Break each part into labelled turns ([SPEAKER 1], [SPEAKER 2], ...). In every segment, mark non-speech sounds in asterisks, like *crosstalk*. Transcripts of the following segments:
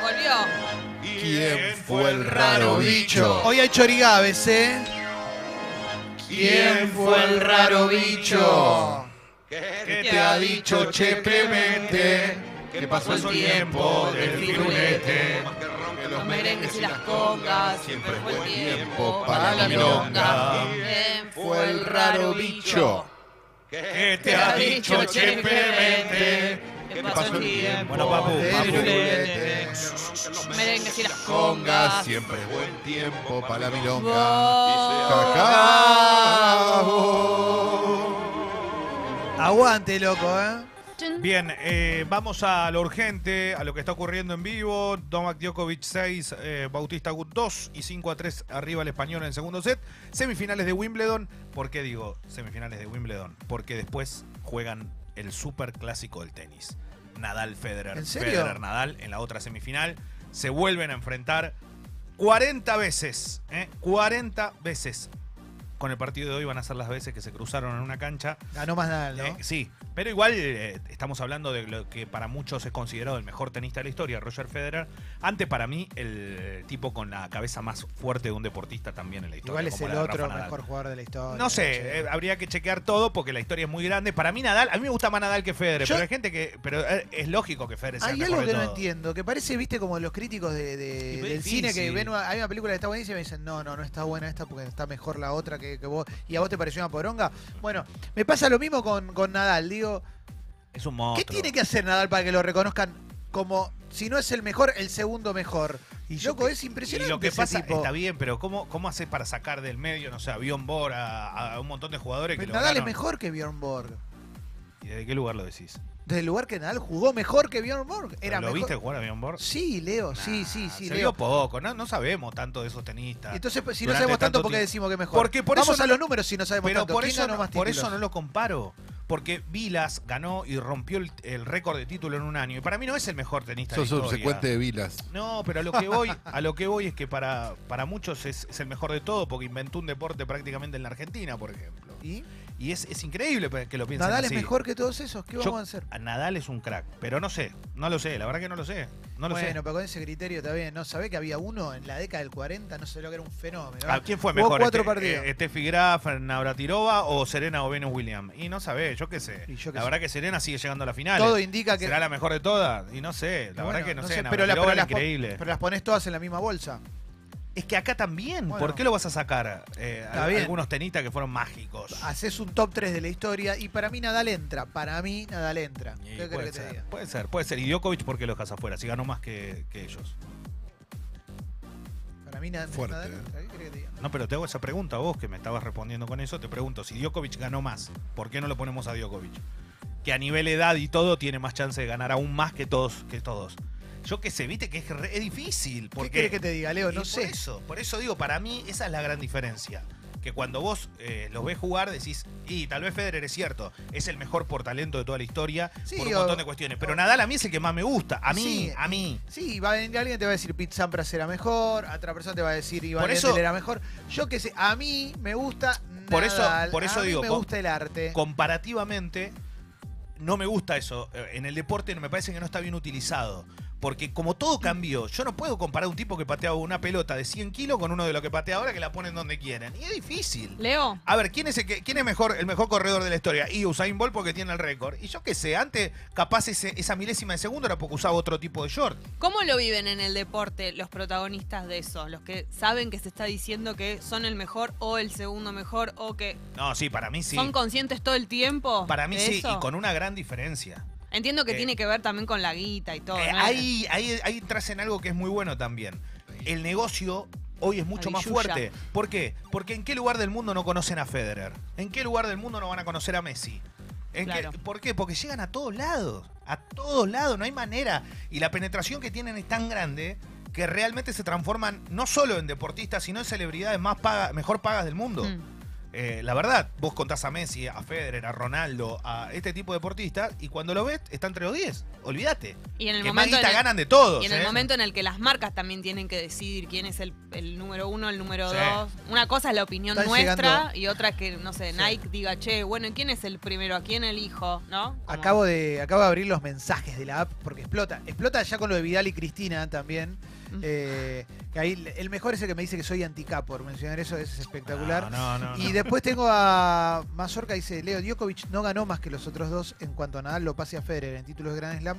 [SPEAKER 1] volvió.
[SPEAKER 2] ¿Quién fue el raro bicho?
[SPEAKER 3] Hoy hay chorigaves, ¿eh?
[SPEAKER 2] ¿Quién fue el raro bicho? ¿Qué te ha dicho Che Clemente? Que pasó el tiempo del firulete. Que
[SPEAKER 1] Los merengues y las cocas, siempre fue tiempo para la milonga.
[SPEAKER 2] milonga.
[SPEAKER 1] ¿Quién
[SPEAKER 2] Fue el raro bicho. ¿Qué te ha dicho Che Clemente? Que pasó el tiempo
[SPEAKER 4] Bueno, papu,
[SPEAKER 2] del
[SPEAKER 4] papu.
[SPEAKER 2] firulete.
[SPEAKER 1] Merengues y las
[SPEAKER 2] Conga,
[SPEAKER 1] congas.
[SPEAKER 2] siempre buen tiempo para la milonga.
[SPEAKER 1] Boga.
[SPEAKER 2] Cacao.
[SPEAKER 3] Aguante, loco, ¿eh?
[SPEAKER 4] Bien, eh, vamos a lo urgente, a lo que está ocurriendo en vivo. Domak Djokovic 6, eh, Bautista Gut 2 y 5 a 3 arriba el español en el segundo set. Semifinales de Wimbledon. ¿Por qué digo semifinales de Wimbledon? Porque después juegan el super clásico del tenis. Nadal Federer.
[SPEAKER 3] ¿En serio?
[SPEAKER 4] Federer Nadal en la otra semifinal. Se vuelven a enfrentar 40 veces. ¿eh? 40 veces. Con el partido de hoy van a ser las veces que se cruzaron en una cancha.
[SPEAKER 3] Ganó más Nadal,
[SPEAKER 4] Eh,
[SPEAKER 3] ¿no?
[SPEAKER 4] sí, pero igual eh, estamos hablando de lo que para muchos es considerado el mejor tenista de la historia, Roger Federer. Antes para mí, el tipo con la cabeza más fuerte de un deportista también en la historia.
[SPEAKER 3] Igual es
[SPEAKER 4] como
[SPEAKER 3] el
[SPEAKER 4] la de
[SPEAKER 3] otro
[SPEAKER 4] Rafa Nadal.
[SPEAKER 3] mejor jugador de la historia.
[SPEAKER 4] No sé,
[SPEAKER 3] che.
[SPEAKER 4] eh, habría que chequear todo porque la historia es muy grande. Para mí Nadal, a mí me gusta más Nadal que Federer,
[SPEAKER 3] Yo-
[SPEAKER 4] pero hay gente que, pero eh, es lógico que Federer sea el
[SPEAKER 3] Hay
[SPEAKER 4] mejor
[SPEAKER 3] algo
[SPEAKER 4] de
[SPEAKER 3] que no
[SPEAKER 4] todos.
[SPEAKER 3] entiendo, que parece, viste, como los críticos de, de-
[SPEAKER 4] Y es
[SPEAKER 3] del
[SPEAKER 4] difícil.
[SPEAKER 3] cine que ven una, hay una película que está buenísima y me dicen, no, no, no está buena esta porque está mejor la otra que, que vos, y a vos te pareció una poronga. Bueno, me pasa lo mismo con, con Nadal. Digo,
[SPEAKER 4] Es un
[SPEAKER 3] ¿qué
[SPEAKER 4] monstruo.
[SPEAKER 3] tiene que hacer Nadal para que lo reconozcan como, si no es el mejor, el segundo mejor? Y
[SPEAKER 4] yo
[SPEAKER 3] Loco,
[SPEAKER 4] que-
[SPEAKER 3] es
[SPEAKER 4] Y
[SPEAKER 3] impresionante.
[SPEAKER 4] lo que
[SPEAKER 3] ese
[SPEAKER 4] pasa
[SPEAKER 3] tipo.
[SPEAKER 4] está bien, pero ¿cómo, cómo haces para sacar del medio, no sé, a Bjorn Borg, a, a un montón de jugadores que lo
[SPEAKER 3] Pero Nadal es
[SPEAKER 4] ganaron?
[SPEAKER 3] mejor que Bjorn Borg.
[SPEAKER 4] ¿Y desde qué lugar lo decís?
[SPEAKER 3] Desde el lugar que Nadal jugó mejor que Bjorn Borg. Era
[SPEAKER 4] ¿Lo
[SPEAKER 3] mejor.
[SPEAKER 4] viste jugar a Bjorn Borg?
[SPEAKER 3] Sí, Leo, sí, sí, sí,
[SPEAKER 4] Se
[SPEAKER 3] Leo.
[SPEAKER 4] vio Ah, poco, no, no sabemos tanto de esos tenistas.
[SPEAKER 3] Entonces, pues, si no
[SPEAKER 4] Durante
[SPEAKER 3] sabemos tanto,
[SPEAKER 4] tanto
[SPEAKER 3] ¿por qué
[SPEAKER 4] tiempo.
[SPEAKER 3] decimos que mejor?
[SPEAKER 4] Porque por
[SPEAKER 3] Vamos
[SPEAKER 4] eso
[SPEAKER 3] a
[SPEAKER 4] no-
[SPEAKER 3] los números si no sabemos
[SPEAKER 4] Pero
[SPEAKER 3] tanto.
[SPEAKER 4] por
[SPEAKER 3] ¿Quién
[SPEAKER 4] eso,
[SPEAKER 3] ganó
[SPEAKER 4] no,
[SPEAKER 3] más
[SPEAKER 4] por eso
[SPEAKER 3] títulos?
[SPEAKER 4] no lo comparo. Porque Vilas ganó y rompió el, el récord de título en un año. Y para mí no es el mejor tenista de
[SPEAKER 2] Sos
[SPEAKER 4] la historia.
[SPEAKER 2] subsecuente de Vilas.
[SPEAKER 4] No, pero a lo que voy, a lo que voy es que para, para muchos es, es el mejor de todo, porque inventó un deporte prácticamente en la Argentina, por ejemplo.
[SPEAKER 3] ¿Y?
[SPEAKER 4] Y es, es increíble pues, que lo piensen
[SPEAKER 3] Nadal es
[SPEAKER 4] así.
[SPEAKER 3] mejor que todos esos. ¿Qué
[SPEAKER 4] Yo-
[SPEAKER 3] vamos a hacer?
[SPEAKER 4] A Nadal es un crack, pero no sé, no lo sé, la verdad que no lo sé. No lo
[SPEAKER 3] bueno,
[SPEAKER 4] sé.
[SPEAKER 3] pero con ese criterio está bien. ¿No sabés que había uno en la década del 40? No sé lo que era un fenómeno.
[SPEAKER 4] ¿A Ah, quién fue
[SPEAKER 3] Jugó
[SPEAKER 4] mejor?
[SPEAKER 3] cuatro
[SPEAKER 4] este,
[SPEAKER 3] partidos.
[SPEAKER 4] eh, ¿Steffi Graf, Navratilova o Serena o Venus Williams? Y no sabés, yo qué sé.
[SPEAKER 3] Y yo qué
[SPEAKER 4] la
[SPEAKER 3] sé.
[SPEAKER 4] verdad que Serena sigue llegando a la final.
[SPEAKER 3] Todo indica que...
[SPEAKER 4] ¿Será la mejor de todas? Y no sé, la
[SPEAKER 3] Bueno,
[SPEAKER 4] verdad que no, sé.
[SPEAKER 3] pero,
[SPEAKER 4] Navratilova
[SPEAKER 3] la- pero
[SPEAKER 4] era
[SPEAKER 3] las pon-
[SPEAKER 4] increíble.
[SPEAKER 3] pero las pones todas en la misma bolsa.
[SPEAKER 4] es que acá también,
[SPEAKER 3] Bueno.
[SPEAKER 4] ¿por qué lo vas a sacar? Eh,
[SPEAKER 3] Está
[SPEAKER 4] a-
[SPEAKER 3] bien. Ah,
[SPEAKER 4] Algunos tenistas que fueron mágicos.
[SPEAKER 3] Haces un top 3 de la historia y para mí Nadal entra. Para mí Nadal entra.
[SPEAKER 4] Y puede,
[SPEAKER 3] ¿Qué querés que te
[SPEAKER 4] ser,
[SPEAKER 3] diga?
[SPEAKER 4] puede ser, puede ser. Y Djokovic, ¿por qué lo dejas afuera? Si ganó más que, que ellos.
[SPEAKER 3] Para mí Nadal,
[SPEAKER 2] Fuerte,
[SPEAKER 3] Nadal
[SPEAKER 2] eh.
[SPEAKER 3] entra. ¿Qué querés que te diga?
[SPEAKER 4] No, pero te hago esa pregunta vos que me estabas respondiendo con eso. Te pregunto, si Djokovic ganó más, ¿por qué no lo ponemos a Djokovic? Que a nivel edad y todo tiene más chance de ganar aún más que todos. Que todos. Yo que sé, viste que es, re- es difícil.
[SPEAKER 3] ¿Qué
[SPEAKER 4] Porque
[SPEAKER 3] querés que te diga, Leo?
[SPEAKER 4] Y
[SPEAKER 3] No
[SPEAKER 4] por
[SPEAKER 3] sé.
[SPEAKER 4] Eso, por eso digo, para mí esa es la gran diferencia. Que cuando vos eh, los ves jugar decís, y tal vez Federer es cierto, es el mejor por talento de toda la historia,
[SPEAKER 3] Sí,
[SPEAKER 4] por un
[SPEAKER 3] o-
[SPEAKER 4] montón de cuestiones. Pero
[SPEAKER 3] o-
[SPEAKER 4] Nadal a mí es el que más me gusta, a mí,
[SPEAKER 3] Sí.
[SPEAKER 4] a mí.
[SPEAKER 3] Sí, va a venir alguien te va a decir Pete Sampras era mejor, a otra persona te va a decir Iván
[SPEAKER 4] Por eso-
[SPEAKER 3] Lendl era mejor. Yo qué sé, a mí me gusta
[SPEAKER 4] Por eso-
[SPEAKER 3] Nadal,
[SPEAKER 4] por eso
[SPEAKER 3] a mí
[SPEAKER 4] digo,
[SPEAKER 3] me
[SPEAKER 4] con-
[SPEAKER 3] gusta el arte.
[SPEAKER 4] Comparativamente, no me gusta eso. Eh, En el deporte me parece que no está bien utilizado. Porque como todo cambió, yo no puedo comparar un tipo que pateaba una pelota de 100 kilos con uno de los que patea ahora que la ponen donde quieren. Y es difícil.
[SPEAKER 1] Leo,
[SPEAKER 4] A ver, ¿quién es el, que- quién es mejor, el mejor corredor de la historia? Y Usain Bolt porque tiene el récord. Y yo qué sé, antes capaz ese- esa milésima de segundo era porque usaba otro tipo de short.
[SPEAKER 1] ¿cómo lo viven en el deporte los protagonistas de eso? Los que saben que se está diciendo que son el mejor o el segundo mejor o que
[SPEAKER 4] No, sí, para mí sí.
[SPEAKER 1] son conscientes todo el tiempo.
[SPEAKER 4] Para mí
[SPEAKER 1] de
[SPEAKER 4] sí,
[SPEAKER 1] eso?
[SPEAKER 4] y con una gran diferencia.
[SPEAKER 1] Entiendo que
[SPEAKER 4] Eh,
[SPEAKER 1] tiene que ver también con la guita y todo.
[SPEAKER 4] Eh,
[SPEAKER 1] ¿no?
[SPEAKER 4] ahí, ahí, ahí entras en algo que es muy bueno también. El negocio hoy es mucho más
[SPEAKER 1] Avilluya.
[SPEAKER 4] fuerte. ¿Por qué? Porque en qué lugar del mundo no conocen a Federer. ¿En qué lugar del mundo no van a conocer a Messi? ¿En qué-
[SPEAKER 1] Claro.
[SPEAKER 4] ¿Por qué? Porque llegan a todos lados. A todos lados, no hay manera. Y la penetración que tienen es tan grande que realmente se transforman no solo en deportistas, sino en celebridades más paga- mejor pagas del mundo.
[SPEAKER 1] Mm.
[SPEAKER 4] eh, la verdad, vos contás a Messi, a Federer, a Ronaldo, a este tipo de deportistas, y cuando lo ves, está entre los 10. Olvídate.
[SPEAKER 1] Y en el
[SPEAKER 4] que más
[SPEAKER 1] momento. en
[SPEAKER 4] guita
[SPEAKER 1] el-
[SPEAKER 4] ganan de todos.
[SPEAKER 1] y en el
[SPEAKER 4] ¿eh?
[SPEAKER 1] momento en el que las marcas también tienen que decidir quién es el, el número uno, el número
[SPEAKER 4] Sí.
[SPEAKER 1] dos. Una cosa es la opinión
[SPEAKER 3] Están
[SPEAKER 1] nuestra
[SPEAKER 3] llegando-
[SPEAKER 1] y otra es que, no sé,
[SPEAKER 3] Sí.
[SPEAKER 1] Nike diga, che, bueno, ¿y ¿quién es el primero? ¿A quién elijo? ¿No? Como-
[SPEAKER 3] Acabo de, acabo de abrir los mensajes de la app porque explota. Explota ya con lo de Vidal y Cristina también.
[SPEAKER 1] Mm.
[SPEAKER 3] Eh, que ahí el- el mejor es el que me dice que soy anticap por mencionar eso, eso es espectacular.
[SPEAKER 4] No, no, no,
[SPEAKER 3] Y
[SPEAKER 4] no.
[SPEAKER 3] después tengo a Mazorca, dice, Leo Djokovic no ganó más que los otros dos en cuanto a Nadal lo pase a Federer en títulos de Grand Slam.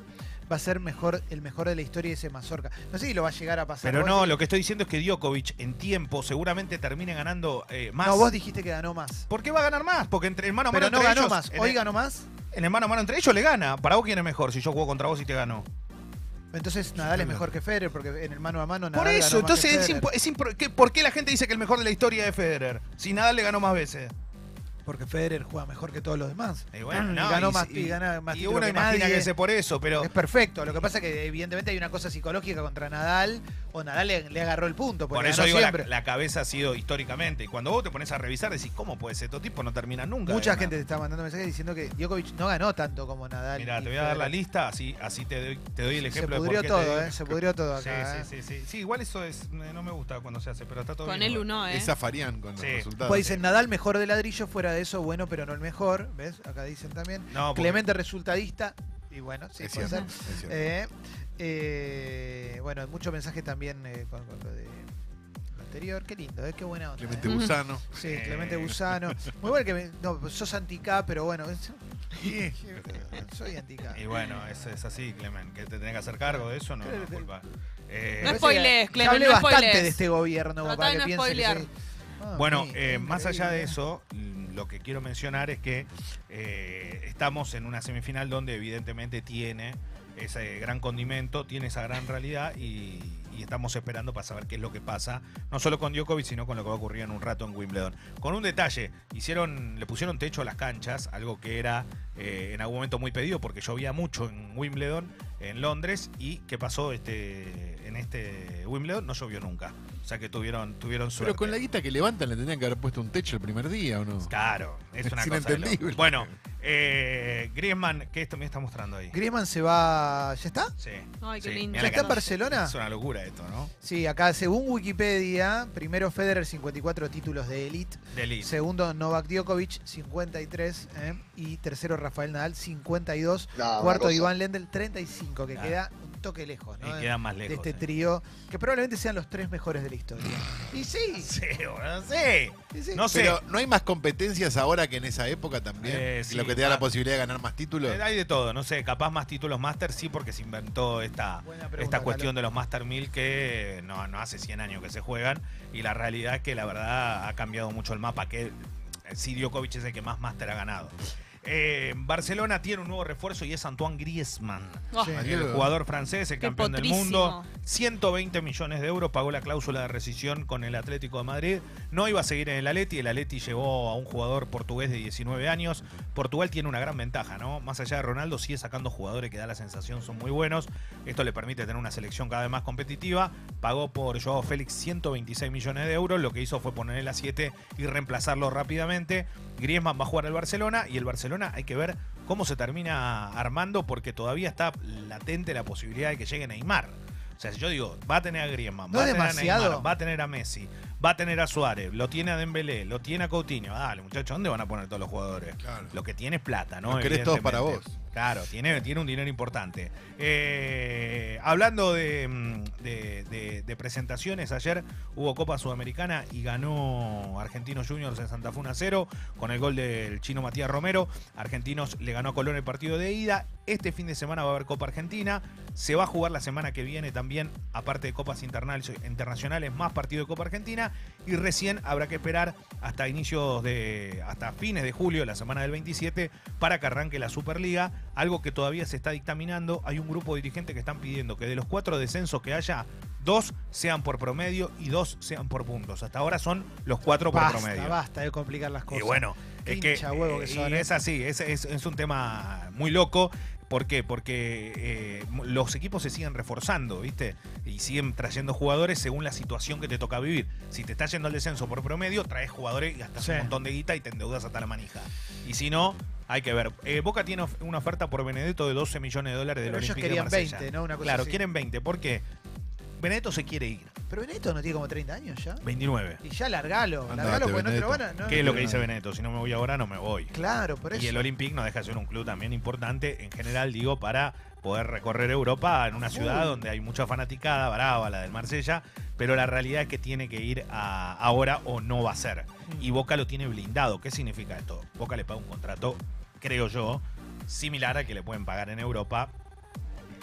[SPEAKER 3] Va a ser mejor el mejor de la historia ese Mazorca. No sé si lo va a llegar a pasar.
[SPEAKER 4] Pero
[SPEAKER 3] Vos
[SPEAKER 4] no,
[SPEAKER 3] decís-
[SPEAKER 4] lo que estoy diciendo es que Djokovic en tiempo seguramente termine ganando eh, más.
[SPEAKER 3] no, vos dijiste que ganó más.
[SPEAKER 4] ¿Por qué va a ganar más? Porque entre el mano a mano
[SPEAKER 3] Pero no
[SPEAKER 4] entre
[SPEAKER 3] ganó
[SPEAKER 4] ellos,
[SPEAKER 3] más.
[SPEAKER 4] en
[SPEAKER 3] Hoy
[SPEAKER 4] el-
[SPEAKER 3] ganó más.
[SPEAKER 4] en el mano a mano entre ellos le gana. Para vos quién es mejor si yo juego contra vos y te gano.
[SPEAKER 3] Entonces Nadal es
[SPEAKER 4] claro.
[SPEAKER 3] mejor que Federer porque en el mano a mano Nadal
[SPEAKER 4] Por
[SPEAKER 3] ganó
[SPEAKER 4] eso,
[SPEAKER 3] más que
[SPEAKER 4] entonces es
[SPEAKER 3] Federer.
[SPEAKER 4] impo- es impro- ¿qué- ¿por qué la gente dice que el mejor de la historia es Federer? Si Nadal le ganó más veces.
[SPEAKER 3] Porque Federer juega mejor que todos los demás.
[SPEAKER 4] Y bueno, no,
[SPEAKER 3] ganó
[SPEAKER 4] y-
[SPEAKER 3] más,
[SPEAKER 4] y-
[SPEAKER 3] y gana más
[SPEAKER 4] y
[SPEAKER 3] títulos
[SPEAKER 4] uno
[SPEAKER 3] que
[SPEAKER 4] imagina
[SPEAKER 3] nadie.
[SPEAKER 4] que es por eso, pero
[SPEAKER 3] Es perfecto. Lo que pasa es que evidentemente hay una cosa psicológica contra Nadal. O Nadal le, le agarró el punto. porque
[SPEAKER 4] por eso
[SPEAKER 3] ganó
[SPEAKER 4] digo, la,
[SPEAKER 3] siempre.
[SPEAKER 4] la cabeza ha sido históricamente. Y cuando vos te pones a revisar, decís, ¿cómo puede ser? Estos tipos no terminan nunca. de
[SPEAKER 3] Mucha
[SPEAKER 4] ganar.
[SPEAKER 3] gente te está mandando mensajes diciendo que Djokovic no ganó tanto como Nadal.
[SPEAKER 4] Mirá,
[SPEAKER 3] y
[SPEAKER 4] te voy a dar la
[SPEAKER 3] Federer.
[SPEAKER 4] lista, así, así te, doy, te doy el ejemplo
[SPEAKER 3] Se
[SPEAKER 4] de por
[SPEAKER 3] pudrió
[SPEAKER 4] qué te
[SPEAKER 3] todo,
[SPEAKER 4] digo.
[SPEAKER 3] ¿eh? Se pudrió todo acá. ¿eh?
[SPEAKER 4] Sí, sí, sí, sí. Sí, igual eso es, no me gusta cuando se hace, pero está todo
[SPEAKER 1] Con
[SPEAKER 4] bien.
[SPEAKER 1] él uno, ¿eh?
[SPEAKER 2] Esa farían con los
[SPEAKER 4] Sí.
[SPEAKER 2] resultados.
[SPEAKER 3] Después dicen Nadal mejor de ladrillo, fuera de eso bueno, pero no el mejor. ¿Ves? Acá dicen también.
[SPEAKER 4] No, porque-
[SPEAKER 3] Clemente resultadista. Y bueno, sí,
[SPEAKER 2] es
[SPEAKER 3] puede
[SPEAKER 2] cierto,
[SPEAKER 3] ser.
[SPEAKER 2] es cierto.
[SPEAKER 3] Eh, eh, bueno, mucho mensaje también eh, con, con lo de lo anterior. Qué lindo, ¿eh? Qué buena onda.
[SPEAKER 2] Clemente
[SPEAKER 3] ¿eh?
[SPEAKER 1] Bu-
[SPEAKER 2] Gusano.
[SPEAKER 3] Sí, Clemente Gusano. Muy bueno que me, no, sos anticá, pero bueno, es- *laughs* soy anticá.
[SPEAKER 4] Y bueno, es, es así, Clemen, que te tenés que hacer cargo de eso, no, no es culpa. Eh,
[SPEAKER 1] No es
[SPEAKER 3] *laughs* Parece
[SPEAKER 1] spoilees,
[SPEAKER 3] que
[SPEAKER 1] Clemen,
[SPEAKER 3] hablé
[SPEAKER 1] no
[SPEAKER 3] bastante
[SPEAKER 1] spoilees.
[SPEAKER 3] de este gobierno como
[SPEAKER 1] Tratá
[SPEAKER 3] para
[SPEAKER 1] de
[SPEAKER 3] que
[SPEAKER 1] no
[SPEAKER 3] piensen que
[SPEAKER 1] spoilear.
[SPEAKER 3] soy- Ah,
[SPEAKER 4] Bueno,
[SPEAKER 3] sí,
[SPEAKER 4] eh,
[SPEAKER 3] qué
[SPEAKER 4] más allá de
[SPEAKER 3] increíble.
[SPEAKER 4] eso, mm, lo que quiero mencionar es que eh, estamos en una semifinal donde evidentemente tiene ese gran condimento, tiene esa gran realidad y, y estamos esperando para saber qué es lo que pasa, no solo con Djokovic, sino con lo que va a ocurrir en un rato en Wimbledon. Con un detalle, hicieron, le pusieron techo a las canchas, algo que era eh, en algún momento muy pedido porque llovía mucho en Wimbledon, en Londres, y ¿qué pasó este, en este Wimbledon? No llovió nunca. O sea que tuvieron, tuvieron suerte.
[SPEAKER 2] Pero con la guita que levantan le tendrían que haber puesto un techo el primer día, ¿o no?
[SPEAKER 4] Claro, es
[SPEAKER 3] *laughs*
[SPEAKER 2] Es
[SPEAKER 4] una cosa. de loco.
[SPEAKER 2] inentendible.
[SPEAKER 4] Bueno, eh, Griezmann, ¿qué esto me está mostrando ahí?
[SPEAKER 3] Griezmann se va. ¿Ya está?
[SPEAKER 4] Sí.
[SPEAKER 1] Ay, qué
[SPEAKER 4] sí,
[SPEAKER 1] lindo.
[SPEAKER 4] mirá
[SPEAKER 3] ¿Ya
[SPEAKER 4] la
[SPEAKER 3] está en
[SPEAKER 4] cara.
[SPEAKER 3] Barcelona?
[SPEAKER 4] Es una locura esto, ¿no?
[SPEAKER 3] Sí, acá según Wikipedia, primero Federer 54 títulos de élite,
[SPEAKER 4] Delito.
[SPEAKER 3] segundo Novak Djokovic 53 ¿eh? y tercero Rafael Nadal 52, cuarto Iván Lendl 35, que
[SPEAKER 4] Ah.
[SPEAKER 3] queda un toque lejos, ¿no?
[SPEAKER 4] y quedan más
[SPEAKER 3] de
[SPEAKER 4] lejos.
[SPEAKER 3] este
[SPEAKER 4] eh.
[SPEAKER 3] trío, que probablemente sean los tres mejores de la historia. Y sí,
[SPEAKER 4] *laughs* Sí, bueno, sí.
[SPEAKER 3] y sí.
[SPEAKER 4] No sé.
[SPEAKER 2] Pero no hay más competencias ahora que en esa época también.
[SPEAKER 4] Eh, sí,
[SPEAKER 2] lo que te da
[SPEAKER 4] ah.
[SPEAKER 2] la posibilidad de ganar más títulos.
[SPEAKER 4] Eh, Hay de todo, no sé, capaz más títulos Master sí porque se inventó esta,
[SPEAKER 3] Buena pregunta,
[SPEAKER 4] esta cuestión de los Master 1000 que eh, no, no hace 100 años que se juegan y la realidad es que la verdad ha cambiado mucho el mapa, que eh, sí Djokovic es el que más Master ha ganado. Eh, Barcelona tiene un nuevo refuerzo y es Antoine Griezmann.
[SPEAKER 1] Oh,
[SPEAKER 3] Sí.
[SPEAKER 4] El jugador francés, el
[SPEAKER 1] Qué
[SPEAKER 4] campeón del
[SPEAKER 1] potrísimo.
[SPEAKER 4] mundo. 120 millones de euros pagó la cláusula de rescisión con el Atlético de Madrid. No iba a seguir en el Atleti. El Atleti llevó a un jugador portugués de 19 años. Portugal tiene una gran ventaja, ¿no? Más allá de Ronaldo, sigue sacando jugadores que da la sensación son muy buenos. Esto le permite tener una selección cada vez más competitiva. Pagó por Joao Félix 126 millones de euros. Lo que hizo fue ponerle a 7 y reemplazarlo rápidamente. Griezmann va a jugar al Barcelona y el Barcelona hay que ver cómo se termina armando porque todavía está latente la posibilidad de que llegue Neymar. O sea, si yo digo, va a tener a Griezmann,
[SPEAKER 3] No
[SPEAKER 4] va a
[SPEAKER 3] es
[SPEAKER 4] tener a
[SPEAKER 3] demasiado.
[SPEAKER 4] Neymar, va a tener a Messi, va a tener a Suárez, lo tiene a Dembélé, lo tiene a Coutinho. Dale, muchachos, ¿dónde van a poner todos los jugadores?
[SPEAKER 2] Claro.
[SPEAKER 4] Lo que tiene es plata, ¿no?
[SPEAKER 2] Los querés todos para
[SPEAKER 4] Evidentemente.
[SPEAKER 2] vos.
[SPEAKER 4] Claro, tiene, tiene un dinero importante. Eh, hablando de, mm, de- de- de presentaciones, ayer hubo Copa Sudamericana y ganó Argentinos Juniors en Santa Fe 1 a 0 con el gol del chino Matías Romero. Argentinos le ganó a Colón el partido de ida. Este fin de semana va a haber Copa Argentina. Se va a jugar la semana que viene también, aparte de Copas internal- Internacionales, más partido de Copa Argentina. Y recién habrá que esperar hasta inicios de. hasta fines de julio, la semana del 27, para que arranque la Superliga. Algo que todavía se está dictaminando. Hay un grupo de dirigentes que están pidiendo que de los cuatro descensos que haya, dos sean por promedio y dos sean por puntos. Hasta ahora son los cuatro por
[SPEAKER 3] Basta,
[SPEAKER 4] promedio.
[SPEAKER 3] basta de complicar las
[SPEAKER 4] Y
[SPEAKER 3] cosas.
[SPEAKER 4] bueno,
[SPEAKER 3] Qué
[SPEAKER 4] es que,
[SPEAKER 3] hincha huevo que
[SPEAKER 4] eh,
[SPEAKER 3] son,
[SPEAKER 4] y
[SPEAKER 3] ¿eh?
[SPEAKER 4] es así, es, es- es un tema muy loco. ¿Por qué? Porque eh, m- los equipos se siguen reforzando, ¿viste? Y siguen trayendo jugadores según la situación que te toca vivir. Si te está yendo al descenso por promedio, traes jugadores, gastas
[SPEAKER 5] Sí.
[SPEAKER 4] un montón de guita y te endeudas hasta la manija. Y si no, hay que ver. Eh, Boca tiene of- una oferta por Benedetto de 12 millones de dólares del
[SPEAKER 3] Pero ellos
[SPEAKER 4] Olympique de
[SPEAKER 3] querían
[SPEAKER 4] Marsella.
[SPEAKER 3] 20, ¿no? Una cosa
[SPEAKER 4] claro,
[SPEAKER 3] así.
[SPEAKER 4] quieren 20. ¿Por qué? Benedetto se quiere ir.
[SPEAKER 3] Pero Benito no tiene como 30 años ya.
[SPEAKER 4] 29.
[SPEAKER 3] Y ya largalo,
[SPEAKER 2] Andate,
[SPEAKER 3] largalo porque no te lo van
[SPEAKER 2] Benedetto.
[SPEAKER 3] a. no-
[SPEAKER 4] ¿Qué es lo
[SPEAKER 2] no,
[SPEAKER 4] que dice
[SPEAKER 2] no.
[SPEAKER 4] Benedetto? Si no me voy ahora, no me voy.
[SPEAKER 3] Claro, por eso.
[SPEAKER 4] Y el Olympique no deja de ser un club también importante, en general, digo, para poder recorrer Europa en una ciudad donde hay mucha fanaticada, brava la del Marsella, pero la realidad es que tiene que ir a- ahora o no va a ser.
[SPEAKER 3] Mm.
[SPEAKER 4] Y Boca lo tiene blindado. ¿Qué significa esto? Boca le paga un contrato, creo yo, similar al que le pueden pagar en Europa.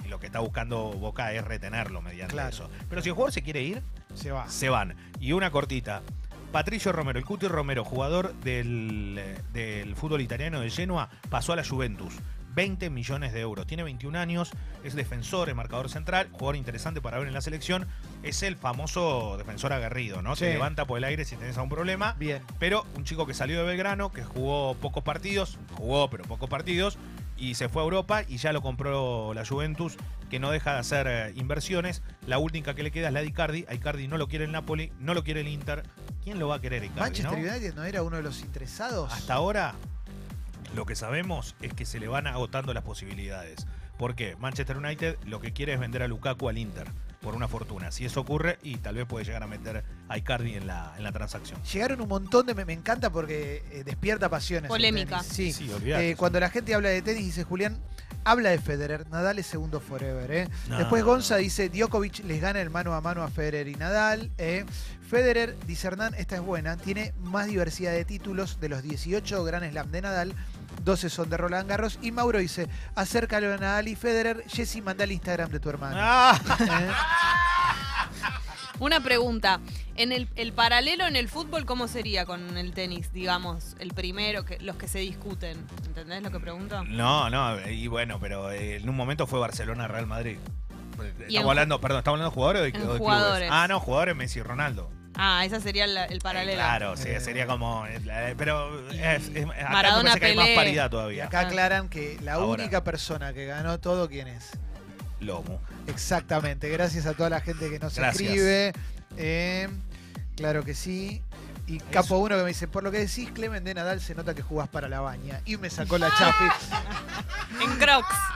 [SPEAKER 4] Y lo que está buscando Boca es retenerlo mediante
[SPEAKER 3] Claro.
[SPEAKER 4] eso. Pero si el jugador se quiere ir,
[SPEAKER 5] Se va.
[SPEAKER 4] se van. Y una cortita. Patricio Romero, el Cuti Romero, jugador del, eh, del fútbol italiano de Genoa, pasó a la Juventus. 20 millones de euros. Tiene 21 años, es defensor, es marcador central, jugador interesante para ver en la selección. Es el famoso defensor aguerrido, ¿no?
[SPEAKER 5] Sí.
[SPEAKER 4] Te levanta por el aire si tenés algún problema.
[SPEAKER 3] Bien.
[SPEAKER 4] Pero un chico que salió de Belgrano, que jugó pocos partidos, jugó pero pocos partidos, y se fue a Europa y ya lo compró la Juventus, que no deja de hacer eh, inversiones. La única que le queda es la de Icardi. A Icardi no lo quiere el Napoli, no lo quiere el Inter. ¿Quién lo va a querer Icardi?
[SPEAKER 3] Manchester
[SPEAKER 4] no?
[SPEAKER 3] United no era uno de los interesados.
[SPEAKER 4] Hasta ahora, lo que sabemos es que se le van agotando las posibilidades. ¿Por qué? Manchester United lo que quiere es vender a Lukaku al Inter por una fortuna. Si eso ocurre, y tal vez puede llegar a meter a Icardi en la, en la transacción.
[SPEAKER 3] Llegaron un montón de. Me, me encanta porque eh, despierta pasiones. el
[SPEAKER 1] Polémica.
[SPEAKER 3] tenis. Sí.
[SPEAKER 4] olvidate.
[SPEAKER 3] Eh, cuando la gente habla de tenis, dice Julián, habla de Federer. Nadal es segundo forever. ¿eh?
[SPEAKER 4] No,
[SPEAKER 3] Después
[SPEAKER 4] no.
[SPEAKER 3] Gonza dice: Djokovic les gana el mano a mano a Federer y Nadal. ¿eh? Federer, dice Hernán, esta es buena. Tiene más diversidad de títulos de los 18 Grand Slam de Nadal. 12 son de Roland Garros. Y Mauro dice: acércalo a Nadal y Federer. Jessy, manda el Instagram de tu hermano.
[SPEAKER 4] Ah.
[SPEAKER 3] ¿eh?
[SPEAKER 1] Una pregunta. En el, el paralelo en el fútbol, ¿cómo sería con el tenis? Digamos, el primero, que, los que se discuten. ¿Entendés lo que pregunto?
[SPEAKER 4] No, no, y bueno, pero eh, en un momento fue Barcelona-Real Madrid.
[SPEAKER 1] en ju-
[SPEAKER 4] Estamos hablando, perdón, estamos hablando de jugadores o de,
[SPEAKER 1] En
[SPEAKER 4] o de
[SPEAKER 1] jugadores.
[SPEAKER 4] clubes. Ah, no, jugadores Messi y Ronaldo.
[SPEAKER 1] Ah, ese sería el, el paralelo.
[SPEAKER 4] Eh, claro, sí,
[SPEAKER 3] Eh.
[SPEAKER 4] sería como. eh, la- eh, pero
[SPEAKER 1] Y
[SPEAKER 4] es, es- acá
[SPEAKER 1] Maradona,
[SPEAKER 4] me parece que hay más
[SPEAKER 1] Pelé.
[SPEAKER 4] paridad
[SPEAKER 3] Y
[SPEAKER 4] todavía.
[SPEAKER 3] acá aclaran que la
[SPEAKER 4] Ah. Ahora.
[SPEAKER 3] única persona que ganó todo, ¿quién es?
[SPEAKER 4] Lomo.
[SPEAKER 3] Exactamente, gracias a toda la gente que nos
[SPEAKER 4] Gracias.
[SPEAKER 3] escribe. Eh, claro que sí. Y capo uno que me dice, por lo que decís, Clemen de Nadal se nota que jugás para la baña. Y me sacó la chapi.
[SPEAKER 1] En Crocs.